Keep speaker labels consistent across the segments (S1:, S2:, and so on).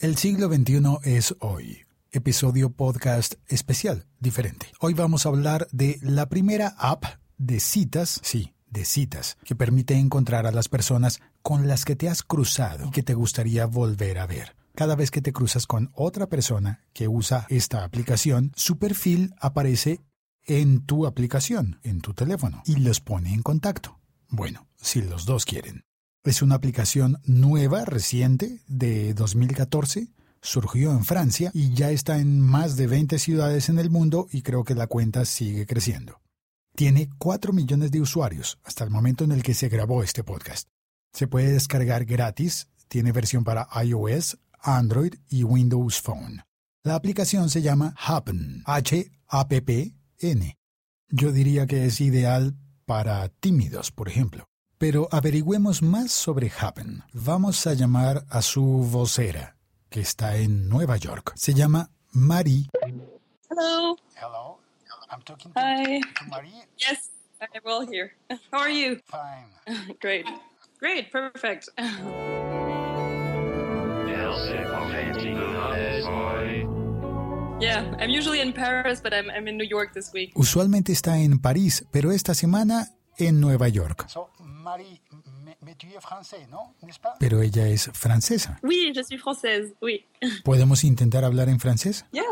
S1: El siglo XXI es hoy. Episodio podcast especial, diferente. Hoy vamos a hablar de la primera app de citas, sí, de citas, que permite encontrar a las personas con las que te has cruzado y que te gustaría volver a ver. Cada vez que te cruzas con otra persona que usa esta aplicación, su perfil aparece en tu aplicación, en tu teléfono, y los pone en contacto. Bueno, si los dos quieren. Es una aplicación nueva, reciente, de 2014. Surgió en Francia y ya está en más de 20 ciudades en el mundo y creo que la cuenta sigue creciendo. Tiene 4 millones de usuarios hasta el momento en el que se grabó este podcast. Se puede descargar gratis, tiene versión para iOS, Android y Windows Phone. La aplicación se llama Happen, H-A-P-P-N. Yo diría que es ideal para tímidos, por ejemplo. Pero averigüemos más sobre Happen. Vamos a llamar a su vocera, que está en Nueva York. Se llama Marie.
S2: Hello.
S3: Hello, I'm talking to,
S2: Hi.
S3: to Marie.
S2: Yes, I'm all here. How are you?
S3: Fine.
S2: Great. Great. Perfect. Yeah, I'm usually in Paris, but I'm, I'm in New York this week.
S1: Usualmente está en París, pero esta semana en Nueva York.
S3: So, Marie, mais, mais tu es français, non N'est-ce pas
S1: Pero ella es francesa.
S2: Oui, je suis française. Oui.
S1: ¿Podemos intentar hablar en francés?
S2: Yeah.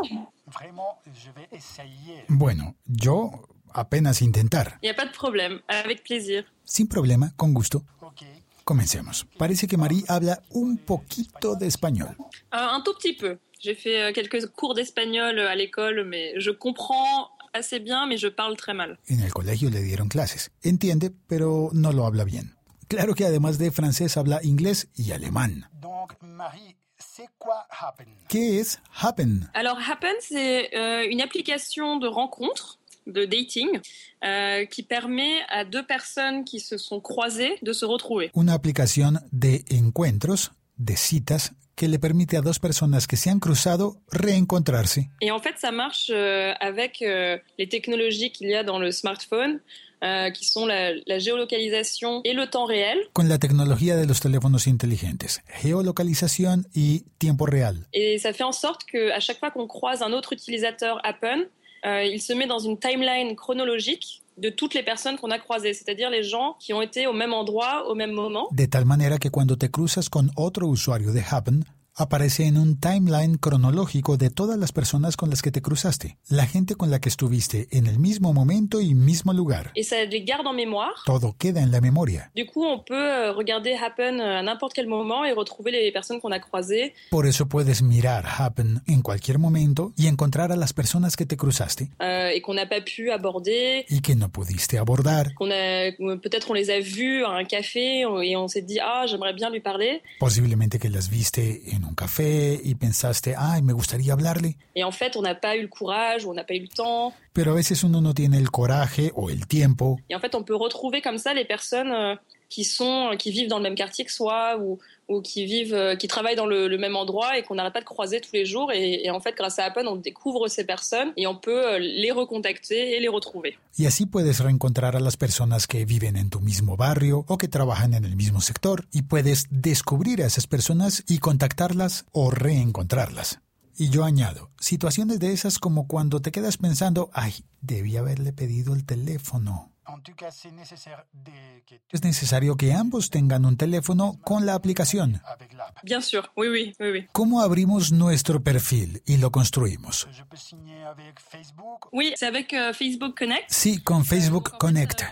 S3: Vraiment, je vais essayer.
S1: Bueno, yo apenas intentar.
S2: Il n'y a pas de problème. Avec plaisir.
S1: Sin problema, con gusto.
S3: Ok.
S1: Comencemos. Parece que Marie habla un poquito de español.
S2: Euh, un tout petit peu. J'ai fait euh, quelques cours d'espagnol euh, à l'école, mais je comprends assez bien, mais je parle très mal.
S1: En el colegio le dieron clases. Entiende, pero no lo habla bien. Claro que además de francés habla inglés y alemán.
S3: Donc, Marie, c'est quoi Happen
S1: ¿Qué es Happen?
S2: Alors, Happen, c'est euh, une application de rencontre, de dating, euh, qui permet à deux personnes qui se sont croisées de se retrouver.
S1: Una aplicación de encuentros, de citas, que le permite a dos personas que se han cruzado reencontrarse.
S2: Et en fait, ça marche euh, avec euh, les technologies qu'il y a dans le smartphone, euh, qui sont la, la géolocalisation et le temps réel.
S1: Con la tecnología de los teléfonos inteligentes, geolocalización y tiempo real.
S2: Et ça fait en sorte qu'à chaque fois qu'on croise un autre utilisateur Happen, euh, il se met dans une timeline chronologique de toutes les personnes qu'on a croisées, c'est-à-dire les gens qui ont été au même endroit au même moment.
S1: De tal manera que cuando te cruzas con otro usuario de Happen, aparece en un timeline cronológico de todas las personas con las que te cruzaste, la gente con la que estuviste en el mismo momento y mismo lugar.
S2: Et ça les garde en mémoire.
S1: Todo queda en la memoria.
S2: Du coup, on peut euh, regarder Happen euh, à n'importe quel moment et retrouver les personnes qu'on a croisées.
S1: Por eso puedes mirar Happen en cualquier momento y encontrar a las personas que te cruzaste
S2: euh, et qu'on n'a pas pu aborder.
S1: y que no pudiste abordar.
S2: Qu'on a, euh, peut-être on les a vus à un café et on s'est dit ah j'aimerais bien lui parler
S1: Posiblemente que las viste en un café y pensaste, ay, me gustaría hablarle.
S2: et en fait on n'a pas eu le courage ou on n'a pas eu le temps
S1: Pero a veces uno no tiene el coraje o el tiempo
S2: et en fait on peut retrouver comme ça les personnes euh, qui sont qui vivent dans le même quartier que soi ou ou qui vivent euh, qui travaillent dans le, le même endroit et qu'on n'arrête pas de croiser tous les jours et, et en fait grâce à Appen on découvre ces personnes et on peut euh, les recontacter et les retrouver
S1: Y así puedes reencontrar a las personas que viven en tu mismo barrio o que trabajan en el mismo sector y puedes descubrir a esas personas y contactarlas o reencontrarlas. Y yo añado, situaciones de esas como cuando te quedas pensando, ay, debí haberle pedido el teléfono.
S3: En tout cas, c'est nécessaire de, que tu
S1: Es necesario que ambos tengan un teléfono con la aplicación.
S3: avec l'app.
S2: bien sûr oui oui oui oui
S1: ¿Cómo abrimos nuestro perfil y lo construimos?
S3: Je peux signer avec Facebook.
S2: oui c'est avec euh, Facebook Connect Euh,
S1: Sí, con Facebook Connect,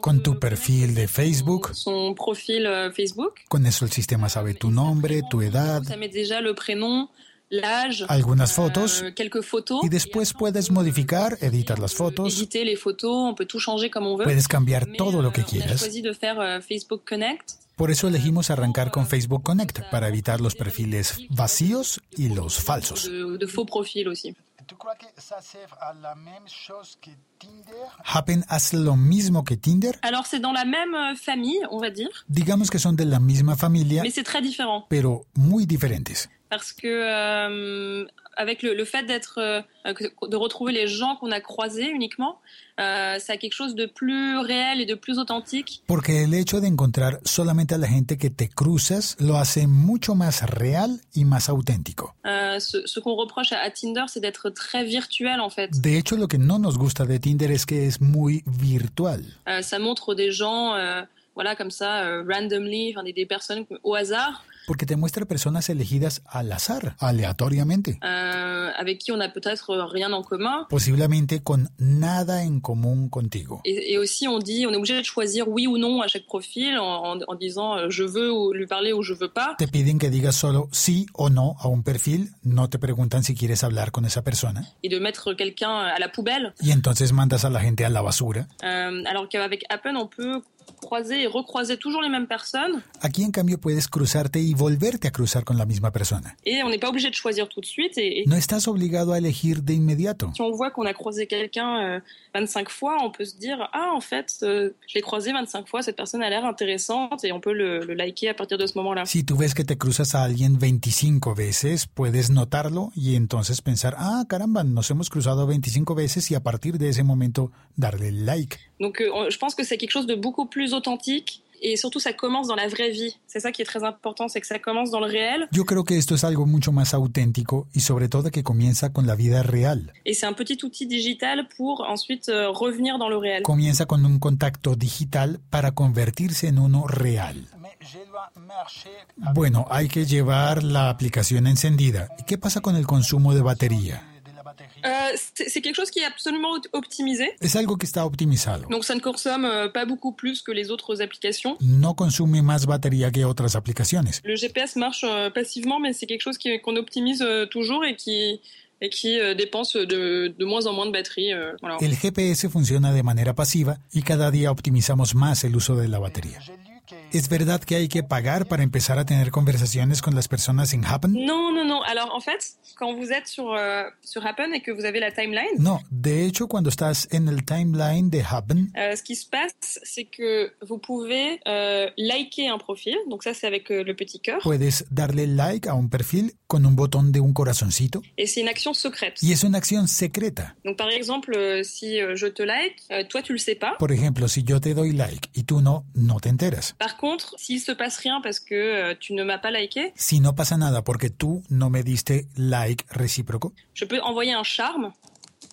S1: con tu perfil de Facebook.
S2: son profil euh, Facebook
S1: Con eso el sistema sabe tu nombre, tu edad,
S2: Ça met déjà le prénom, l'âge,
S1: algunas
S2: euh,
S1: fotos
S2: quelques photos.
S1: y después puedes modificar, editar las fotos,
S2: Éditer les photos, on peut tout changer comme on veut.
S1: puedes cambiar
S2: Mais,
S1: todo
S2: euh,
S1: lo que
S2: on a
S1: quieras.
S2: choisi de faire euh, Facebook Connect.
S1: Por eso elegimos arrancar con Facebook Connect para evitar los perfiles vacíos y los falsos.
S2: De, de faux profils aussi.
S3: Tu crois que ça sert à la même chose que Tinder
S1: Happen hace lo mismo que Tinder,
S2: Alors c'est dans la même euh, famille, on va dire,
S1: digamos que son de la misma familia,
S2: mais c'est très différent.
S1: pero muy diferentes.
S2: parce que euh, avec le, le fait d'être euh, de retrouver les gens qu'on a croisés uniquement, euh, ça a quelque chose de plus réel et de plus authentique.
S1: Porque el hecho de encontrar solamente a la gente que te cruzas lo hace mucho más real y más auténtico.
S2: Euh, ce ce qu'on reproche à, à Tinder, c'est d'être très virtuel en fait.
S1: De hecho, lo que no nos gusta de Tinder es que es muy virtual.
S2: Euh, ça montre des gens, euh, voilà, comme ça, euh, randomly, enfin, des, des personnes au hasard,
S1: Porque te muestra personas elegidas al azar, aleatoriamente.
S2: euh, avec qui on n'a peut-être rien en commun.
S1: Posiblemente con nada en común contigo.
S2: Et, et aussi, on dit, on est obligé de choisir oui ou non à chaque profil en, en- en disant euh, je veux ou lui parler ou je veux pas.
S1: Te piden que digas solo sí o no a un perfil, no te preguntan si quieres hablar con esa persona
S2: et de mettre quelqu'un à la poubelle.
S1: y entonces mandas a la gente a la basura.
S2: Euh, alors qu'avec Appen, on peut croiser et recroiser toujours les mêmes personnes
S1: Aquí en cambio puedes cruzarte y volverte a cruzar con la misma persona.
S2: et on n'est pas obligé de choisir tout de suite. Et, et
S1: No estás obligado a elegir de inmediato.
S2: si on voit qu'on a croisé quelqu'un euh, 25 fois, on peut se dire Ah, en fait, euh, je l'ai croisé 25 fois, cette personne a l'air intéressante et on peut le, le liker à partir de ce moment-là.
S1: Si tú ves que te cruzas a alguien 25 veces, puedes notarlo y entonces pensar, ah, caramba, nos hemos cruzado 25 veces y a partir de ese momento darle like.
S2: Donc euh, on- je pense que c'est quelque chose de beaucoup plus authentique. Et surtout, ça commence dans la vraie vie. C'est ça qui est très important, c'est que ça commence dans le réel.
S1: Yo creo que esto es algo mucho más auténtico y sobre todo que comienza con la vida real.
S2: Et c'est un petit outil digital pour ensuite euh, revenir dans le réel.
S1: Comienza con un contacto digital para convertirse en uno real.
S3: mais je dois marcher
S1: Bueno, hay que llevar la aplicación encendida. ¿Qué pasa con el consumo de batería?
S3: de, de la batterie.
S2: Euh, c'est c'est quelque chose qui est absolument op- optimisé.
S1: Es algo que está optimizado.
S2: Donc ça ne consomme euh, pas beaucoup plus que les autres applications.
S1: No consume más batería que otras aplicaciones.
S2: Le GPS marche euh, passivement, mais c'est quelque chose qui- qu'on optimise euh, toujours et qui, et qui euh, dépense de, de moins en moins de batterie. euh, voilà.
S1: El GPS funciona de manera pasiva y cada día optimizamos más el uso de la batería.
S3: J'ai lu que
S1: ¿Es verdad que hay que pagar para empezar a tener conversaciones con las personas en Happen?
S2: Non, non, non. Alors en fait, quand vous êtes sur, euh, sur Happen et que vous avez la timeline,
S1: No, de hecho cuando estás en el timeline de Happen,
S2: euh, ce qui se passe, c'est que vous pouvez euh, liker un profil. Donc ça, c'est avec euh, le petit cœur.
S1: puedes darle like a un perfil con un botón de un corazoncito
S2: Et c'est une action secrète.
S1: y es una acción secreta.
S2: Donc par exemple, euh, si euh, je te like, euh, toi tu le sais pas.
S1: Por ejemplo, si yo te doy like y tú no, no te enteras.
S2: Par contre, s'il se passe rien parce que euh, tu ne m'as pas liké,
S1: Si no pasa nada porque tú no me diste like recíproco,
S2: je peux envoyer un charme.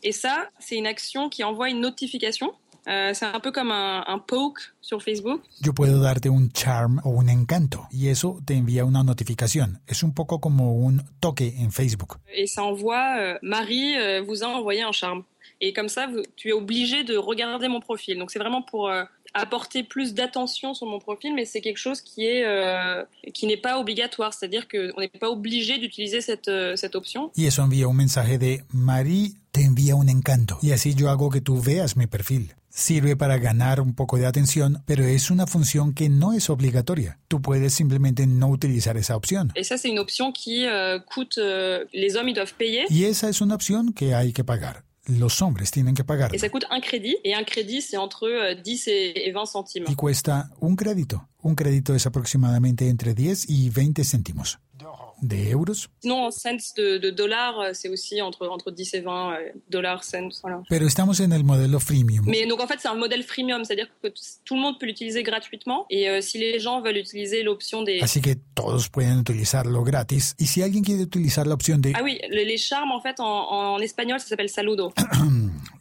S2: Et ça, c'est une action qui envoie une notification. Euh, c'est un peu comme un, un poke sur Facebook.
S1: Yo puedo darte un charm o un encanto y eso te envía una notificación. Es un poco como un toque en Facebook.
S2: Et ça envoie euh, Marie euh, vous a envoyé un charme. Et comme ça, vous- tu es obligé de regarder mon profil. Donc c'est vraiment pour euh, apporter plus d'attention sur mon profil, mais c'est quelque chose qui est euh, qui n'est pas obligatoire. C'est-à-dire qu'on n'est pas obligé d'utiliser cette, euh, cette option.
S1: Y eso envía un mensaje de Marie te envía un encanto. Y así yo hago que tú veas mi perfil. Sirve para ganar un poco de atención, pero es una función que no es obligatoria. Tú puedes simplemente no utilizar esa opción.
S2: Et ça, c'est une option qui euh, coûte. euh, les hommes, ils doivent payer.
S1: Y esa es una opción que hay que pagar. Los hombres tienen que pagar.
S2: Et ça coûte un crédit. Et un crédit, c'est entre euh, 10 et et 20 centimes.
S1: Y cuesta un crédito. Un crédito es aproximadamente entre 10 y 20 céntimos
S3: d'euros.
S1: de euros.
S2: Sinon, en cents de, de dollars, euh, c'est aussi entre, entre 10 et 20 euh, dollars, cents. Voilà.
S1: Pero estamos en el modelo freemium.
S2: Mais donc, en fait, c'est un modèle freemium. C'est-à-dire que t- tout le monde peut l'utiliser gratuitement. Et euh, si les gens veulent utiliser l'option des.
S1: Así que todos pueden utilizarlo gratis. Y si alguien quiere utilizar la opción de...
S2: Ah oui, le- les charmes, en fait, en, en espagnol, ça s'appelle saludo.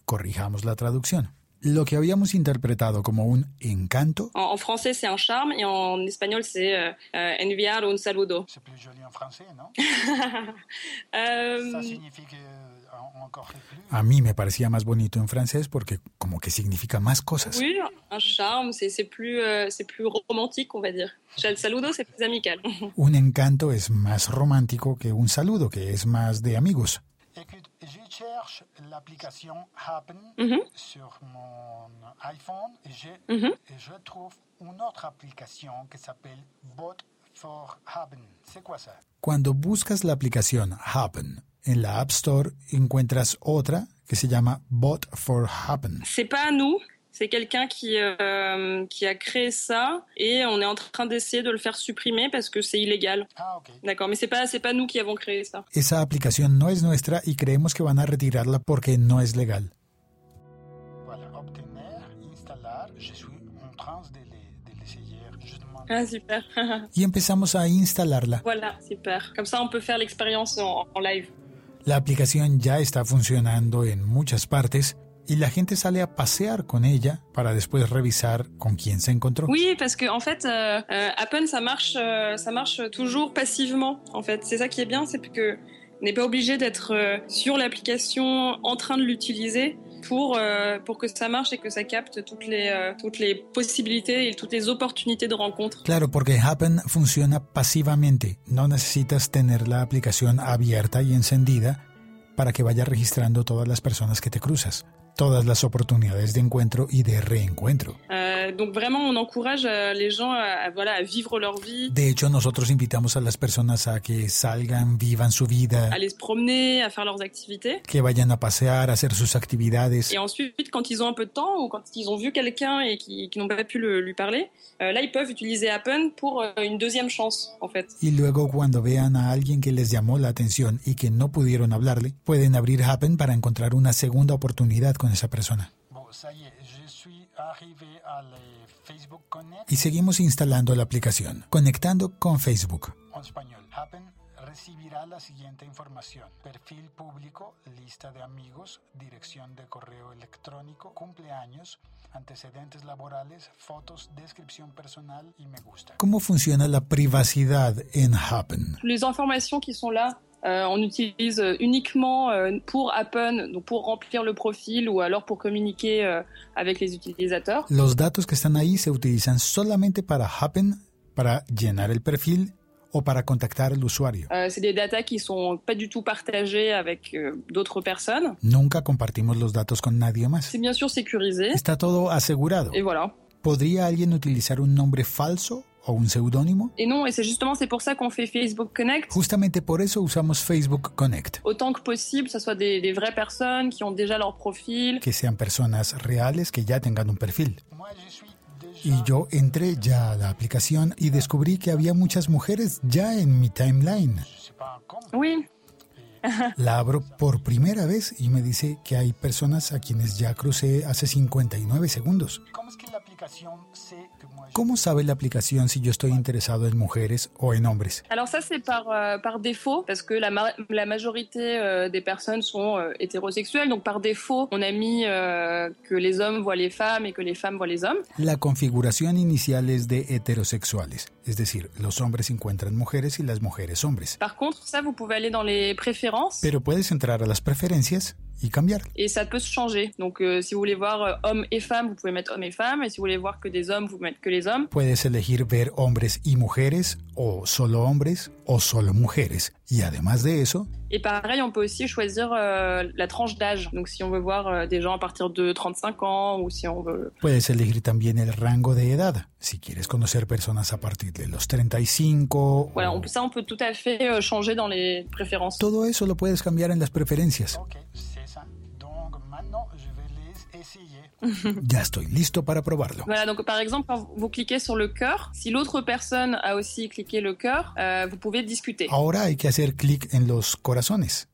S1: Corrijamos la traducción. Lo que habíamos interpretado como un encanto
S2: En, en français, c'est un charme. Et en espagnol, c'est euh, euh, enviar un saludo.
S3: C'est plus joli en français, non
S2: Euh, Ah.
S3: Ça signifie que euh, on- encore plus.
S1: a mí me parecía más bonito en francés porque como que significa más cosas.
S2: Oui, un charme, c'est c'est plus, euh, c'est plus romantique, on va dire. Chal Saludo, c'est plus amical.
S1: Un encanto es más romántico que un saludo, que es más de amigos.
S3: Écoute, je cherche l'application Happen
S2: Mhm.
S3: sur mon iPhone et je,
S2: Mhm.
S3: et je trouve une autre application qui s'appelle Bot for Happen. C'est quoi ça
S1: Cuando buscas la aplicación Happen en la App Store, encuentras otra que se llama Bot for Happen.
S2: C'est pas à nous, c'est- C'est quelqu'un qui, euh, qui a créé ça et on est en train d'essayer de le faire supprimer parce que c'est illégal.
S3: Ah, ok.
S2: D'accord, mais c'est pas, c'est pas nous qui avons créé ça.
S1: Esa aplicación no es nuestra y creemos que van a retirarla porque no es legal.
S3: Voilà, obtenir, installer. Je suis en train de les- de l'essayer. Je demande.
S2: Ah, super.
S1: Y empezamos a instalarla.
S2: voilà, super. Comme ça, on peut faire l'expérience en, en live.
S1: La aplicación ya está funcionando en muchas partes y la gente sale a pasear con ella para después revisar con quién se encontró.
S2: Oui, parce que en fait, euh, euh, Appen, ça marche, euh, ça marche toujours passivement. En fait, c'est ça qui est bien, c'est que on n'est pas obligé d'être euh, sur l'application en train de l'utiliser pour euh, pour que ça marche et que ça capte toutes les euh, toutes les possibilités et toutes les opportunités de rencontre.
S1: Claro, porque Happen funciona pasivamente. No necesitas tener la aplicación abierta y encendida para que vaya registrando todas las personas que te cruzas, todas las oportunidades de encuentro y de reencuentro.
S2: Euh, donc vraiment, on encourage euh, les gens à, à, voilà à vivre leur vie,
S1: De hecho, nosotros invitamos a las personas a que salgan, vivan su vida,
S2: à aller se promener, à faire leurs activités.
S1: que vayan a pasear, a hacer sus actividades.
S2: Et ensuite, quand ils ont un peu de temps ou quand ils ont vu quelqu'un et qui, qui n'ont pas pu le- lui parler, euh, là, ils peuvent utiliser Appen pour euh, une deuxième chance, en fait.
S1: Y luego cuando vean a alguien que les llamó la atención y que no pudieron hablarle, pueden abrir Happen para encontrar una segunda oportunidad con esa persona.
S3: Bon, ça y est, je suis arrivé à les Facebook Connect
S1: Y seguimos instalando la aplicación, conectando con Facebook.
S3: en espagnol. Happen recibirá la siguiente información. Perfil público, lista de amigos, dirección de correo electrónico, cumpleaños, antecedentes laborales, fotos, descripción personal y me gusta.
S1: ¿Cómo funciona la privacidad en Happen?
S2: Les informations qui sont là, euh, on utilise uniquement euh, pour Appen, donc pour remplir le profil ou alors pour communiquer euh, avec les utilisateurs.
S1: Los datos que están ahí se utilizan solamente para Happen, para llenar el perfil o para contactar al usuario.
S2: Euh, c'est des datas qui sont pas du tout partagées avec euh, d'autres personnes.
S1: Nunca compartimos los datos con nadie más.
S2: C'est bien sûr sécurisé.
S1: Está todo asegurado.
S2: Et voilà.
S1: ¿Podría alguien utilizar un nombre falso o un seudónimo?
S2: Et non, et c'est justement c'est pour ça qu'on fait Facebook Connect.
S1: Justamente por eso usamos Facebook Connect,
S2: Autant que possible, ce soit des, des vraies personnes qui ont déjà leur profil,
S1: que sean personas reales que ya tengan un perfil.
S3: Moi, je suis déjà...
S1: Y yo entré ya a la aplicación y descubrí que había muchas mujeres ya en mi timeline.
S3: Je sais pas Eh, comment.
S2: Oui,
S1: La abro por primera vez y me dice que hay personas a quienes ya crucé hace 59 segundos.
S3: Comment est-ce que l'application sait que moi... je-
S1: ¿Cómo sabe la aplicación si yo estoy interesado en mujeres o en hombres?
S2: alors ça c'est par, euh, par défaut, parce que la, ma- la majorité euh, des personnes sont euh, hétérosexuelles, donc par défaut on a mis euh, que les hommes voient les femmes et que les femmes voient les hommes.
S1: La configuración inicial es de heterosexuales, es decir, los hombres encuentran mujeres y las mujeres hombres.
S2: Par contre, ça vous pouvez aller dans les préférences
S1: Pero puedes entrar a las preferencias y cambiar.
S2: et ça peut se changer. Donc euh, si vous voulez voir euh, hommes et femmes, vous pouvez mettre hommes et femmes, et si vous voulez voir que des hommes, vous mettez que les hommes.
S1: Puedes elegir ver hombres y mujeres o solo hombres o solo mujeres. Y además de eso,
S2: Et pareil, on peut aussi choisir euh, la tranche d'âge. Donc si on veut voir euh, des gens à partir de 35 ans ou si on veut...
S1: Puedes elegir también el rango de edad, si quieres conocer personas a partir de los 35.
S2: Voilà,
S1: o-
S2: on, ça on peut tout à fait euh, changer dans les préférences.
S1: Todo eso lo puedes cambiar en las preferencias.
S3: Ok, c'est ça. Donc maintenant, je vais les essayer.
S1: Ya estoy listo para probarlo.
S2: Voilà, donc par exemple, quand vous cliquez sur le cœur, si l'autre personne a aussi cliqué le cœur, euh, vous pouvez discuter.
S1: Ahora hay que hacer clic en los corazones,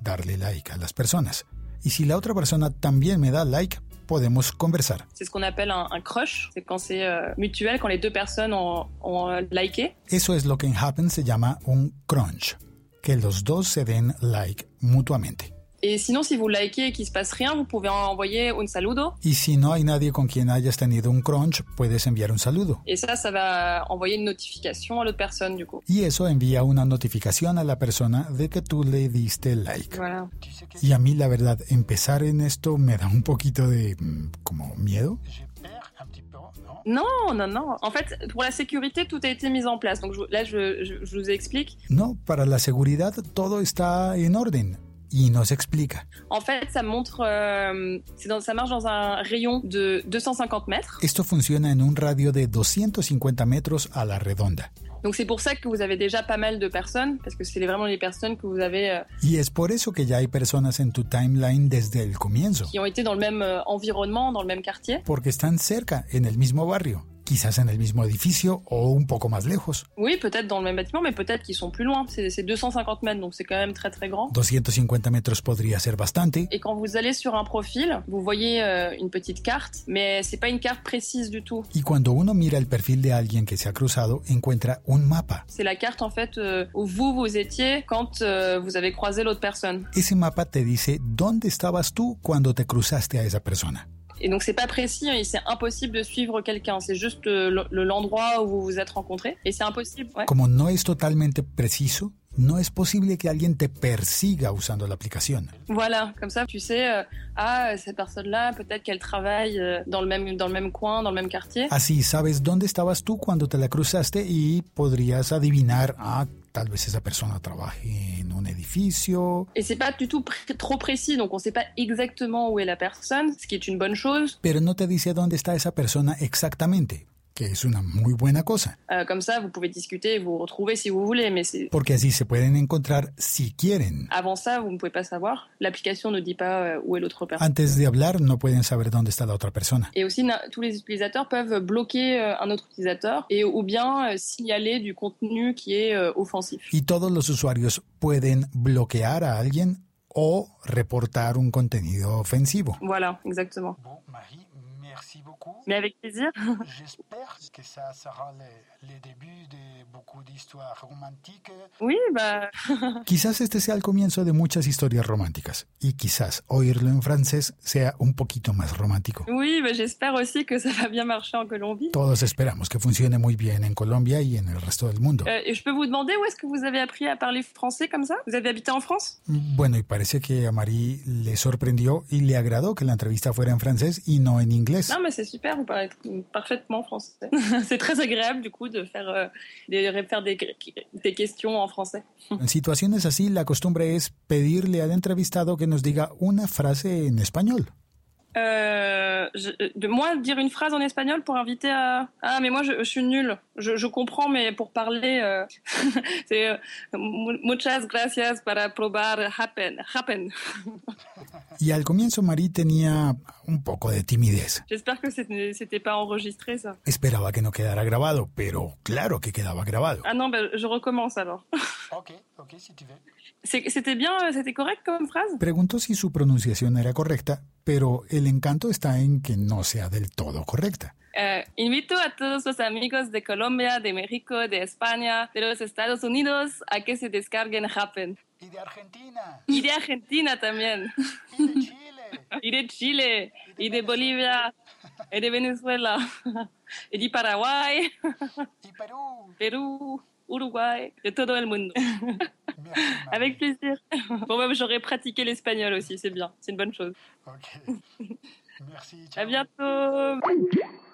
S1: darle like a las personas. Y si la otra persona también me da like, podemos conversar.
S2: C'est ce qu'on appelle un, un crush, c'est quand c'est euh, mutuel, quand les deux personnes ont, ont, euh, liké.
S1: Eso es lo que en Happen se llama un crunch, que los dos se den like mutuamente.
S2: Et sinon, si vous likez et qu'il se passe rien, vous pouvez en- envoyer un saludo.
S1: Y si no hay nadie con quien hayas tenido un crunch, puedes enviar un saludo.
S2: Et ça, ça va envoyer une notification à l'autre personne, du coup.
S1: y eso envía una notificación a la persona de que tú le diste like.
S2: Voilà.
S3: Tu sais que
S1: Y a mí la verdad, empezar en esto me da un poquito de mm, como miedo.
S3: je perds un petit peu, non
S2: Oh, Non, non, non. En fait, pour la sécurité, tout a été mis en place. Donc je- là, je- je- je vous explique.
S1: No, para la seguridad todo está en orden y nos explica.
S2: En fait, ça montre, euh, c'est dans- ça marche dans un rayon de 250 mètres.
S1: Esto funciona en un radio de 250 metros a la redonda.
S2: Donc c'est pour ça que vous avez déjà pas mal de personnes, parce que c'est vraiment les personnes que vous avez euh,
S1: Y es por eso que ya hay personas en tu timeline desde el comienzo,
S2: qui ont été dans le même euh, environnement, dans le même quartier,
S1: porque están cerca, en el mismo barrio, quizás en el mismo edificio o un poco más lejos.
S2: oui peut-être dans le même bâtiment, mais peut-être qu'ils sont plus loin, c'est c'est 250 mètres, donc c'est quand même très très grand.
S1: 250 metros podría ser bastante.
S2: Et quand vous allez sur un profil, vous voyez euh, une petite carte, mais c'est pas une carte précise du tout.
S1: Y cuando uno mira el perfil de alguien que se ha cruzado, encuentra un mapa.
S2: C'est la carte en fait euh, où vous vous étiez quand euh, vous avez croisé l'autre personne.
S1: Ese mapa te dice dónde estabas tú cuando te cruzaste a esa persona.
S2: Et donc c'est pas précis, hein, et c'est impossible de suivre quelqu'un. C'est juste euh, le- le- l'endroit où vous vous êtes rencontrés, et c'est impossible. Ouais.
S1: Como no es totalmente preciso, no es posible que alguien te persiga usando la aplicación.
S2: Voilà, comme ça tu sais, euh, ah cette personne-là, peut-être qu'elle travaille euh, dans le même dans le même coin, dans le même quartier.
S1: Así sabes dónde estabas tú cuando te la cruzaste y podrías adivinar, ah, tal vez esa persona trabaje en un edificio.
S2: Et c'est pas du tout pr- trop précis, donc on sait pas exactement où est la personne, ce qui est une bonne chose.
S1: Pero no te dice dónde está esa persona exactamente, que es una muy buena cosa,
S2: Euh, comme ça, vous pouvez discuter et vous retrouver si vous voulez, mais c'est
S1: porque así se pueden encontrar si quieren.
S2: avant ça, vous ne pouvez pas savoir. L'application ne dit pas euh, où est l'autre personne.
S1: Antes de hablar no pueden saber dónde está la otra persona.
S2: Et aussi, na- tous les utilisateurs peuvent bloquer euh, un autre utilisateur et ou bien euh, signaler du contenu qui est euh, offensif.
S1: Y todos los usuarios pueden bloquear a alguien o reportar un contenido ofensivo.
S2: Voilà, exactement.
S3: Bon, Marie, merci beaucoup.
S2: Mais avec plaisir.
S3: J'espère que ça sera le, le début de beaucoup d'histoires romantiques.
S2: Oui, bah,
S1: Quizás este sea el comienzo de muchas historias románticas y quizás oírlo en francés sea un poquito más romántico.
S2: oui, bah, j'espère aussi que ça va bien marcher en Colombie.
S1: Todos esperamos que funcione muy bien en Colombia y en el resto del mundo.
S2: Euh, et je peux vous demander où est-ce que vous avez appris à parler français comme ça Vous avez habité en France
S1: Bueno, y parece que a Marie le sorprendió y le agradó que la entrevista fuera en francés y no en inglés.
S2: Non, mais c'est super, vous parlez t- parfaitement français. c'est très agréable du coup de faire, euh, des, faire des, des questions en français.
S1: En situaciones así, la costumbre es pedirle al entrevistado que nos diga una frase en español.
S2: Euh, je- de moi dire une phrase en espagnol pour inviter à ah mais moi je, je suis nulle je, je comprends mais pour parler euh, c'est euh, mu- muchas gracias para probar happen happen
S1: Y al comienzo Marie tenía un poco de timidez.
S2: j'espère que c'était c'était pas enregistré ça
S1: Esperaba que no quedara grabado, pero claro que quedaba grabado.
S2: ah non bah, je recommence alors
S3: Ok, ok, si tu veux.
S2: C'est- c'était bien euh, c'était correct comme phrase
S1: Preguntó si su pronunciación era correcta, pero el encanto está en que no sea del todo correcta.
S2: Euh, invito a todos los amigos de Colombia de México de España de los Estados Unidos a que se descarguen happen
S3: Y de Argentina,
S2: y de Argentina también
S3: y de Chile,
S2: y de Chile, y de Bolivia, y de Venezuela, y de Paraguay,
S3: y Perú.
S2: Pérou, Uruguay, de todo el mundo.
S3: Merci. Marie.
S2: Avec plaisir. Bon, bah, j'aurais pratiqué l'espagnol aussi, c'est bien, c'est une bonne chose.
S3: Ok. Merci.
S2: À
S3: ciao.
S2: bientôt.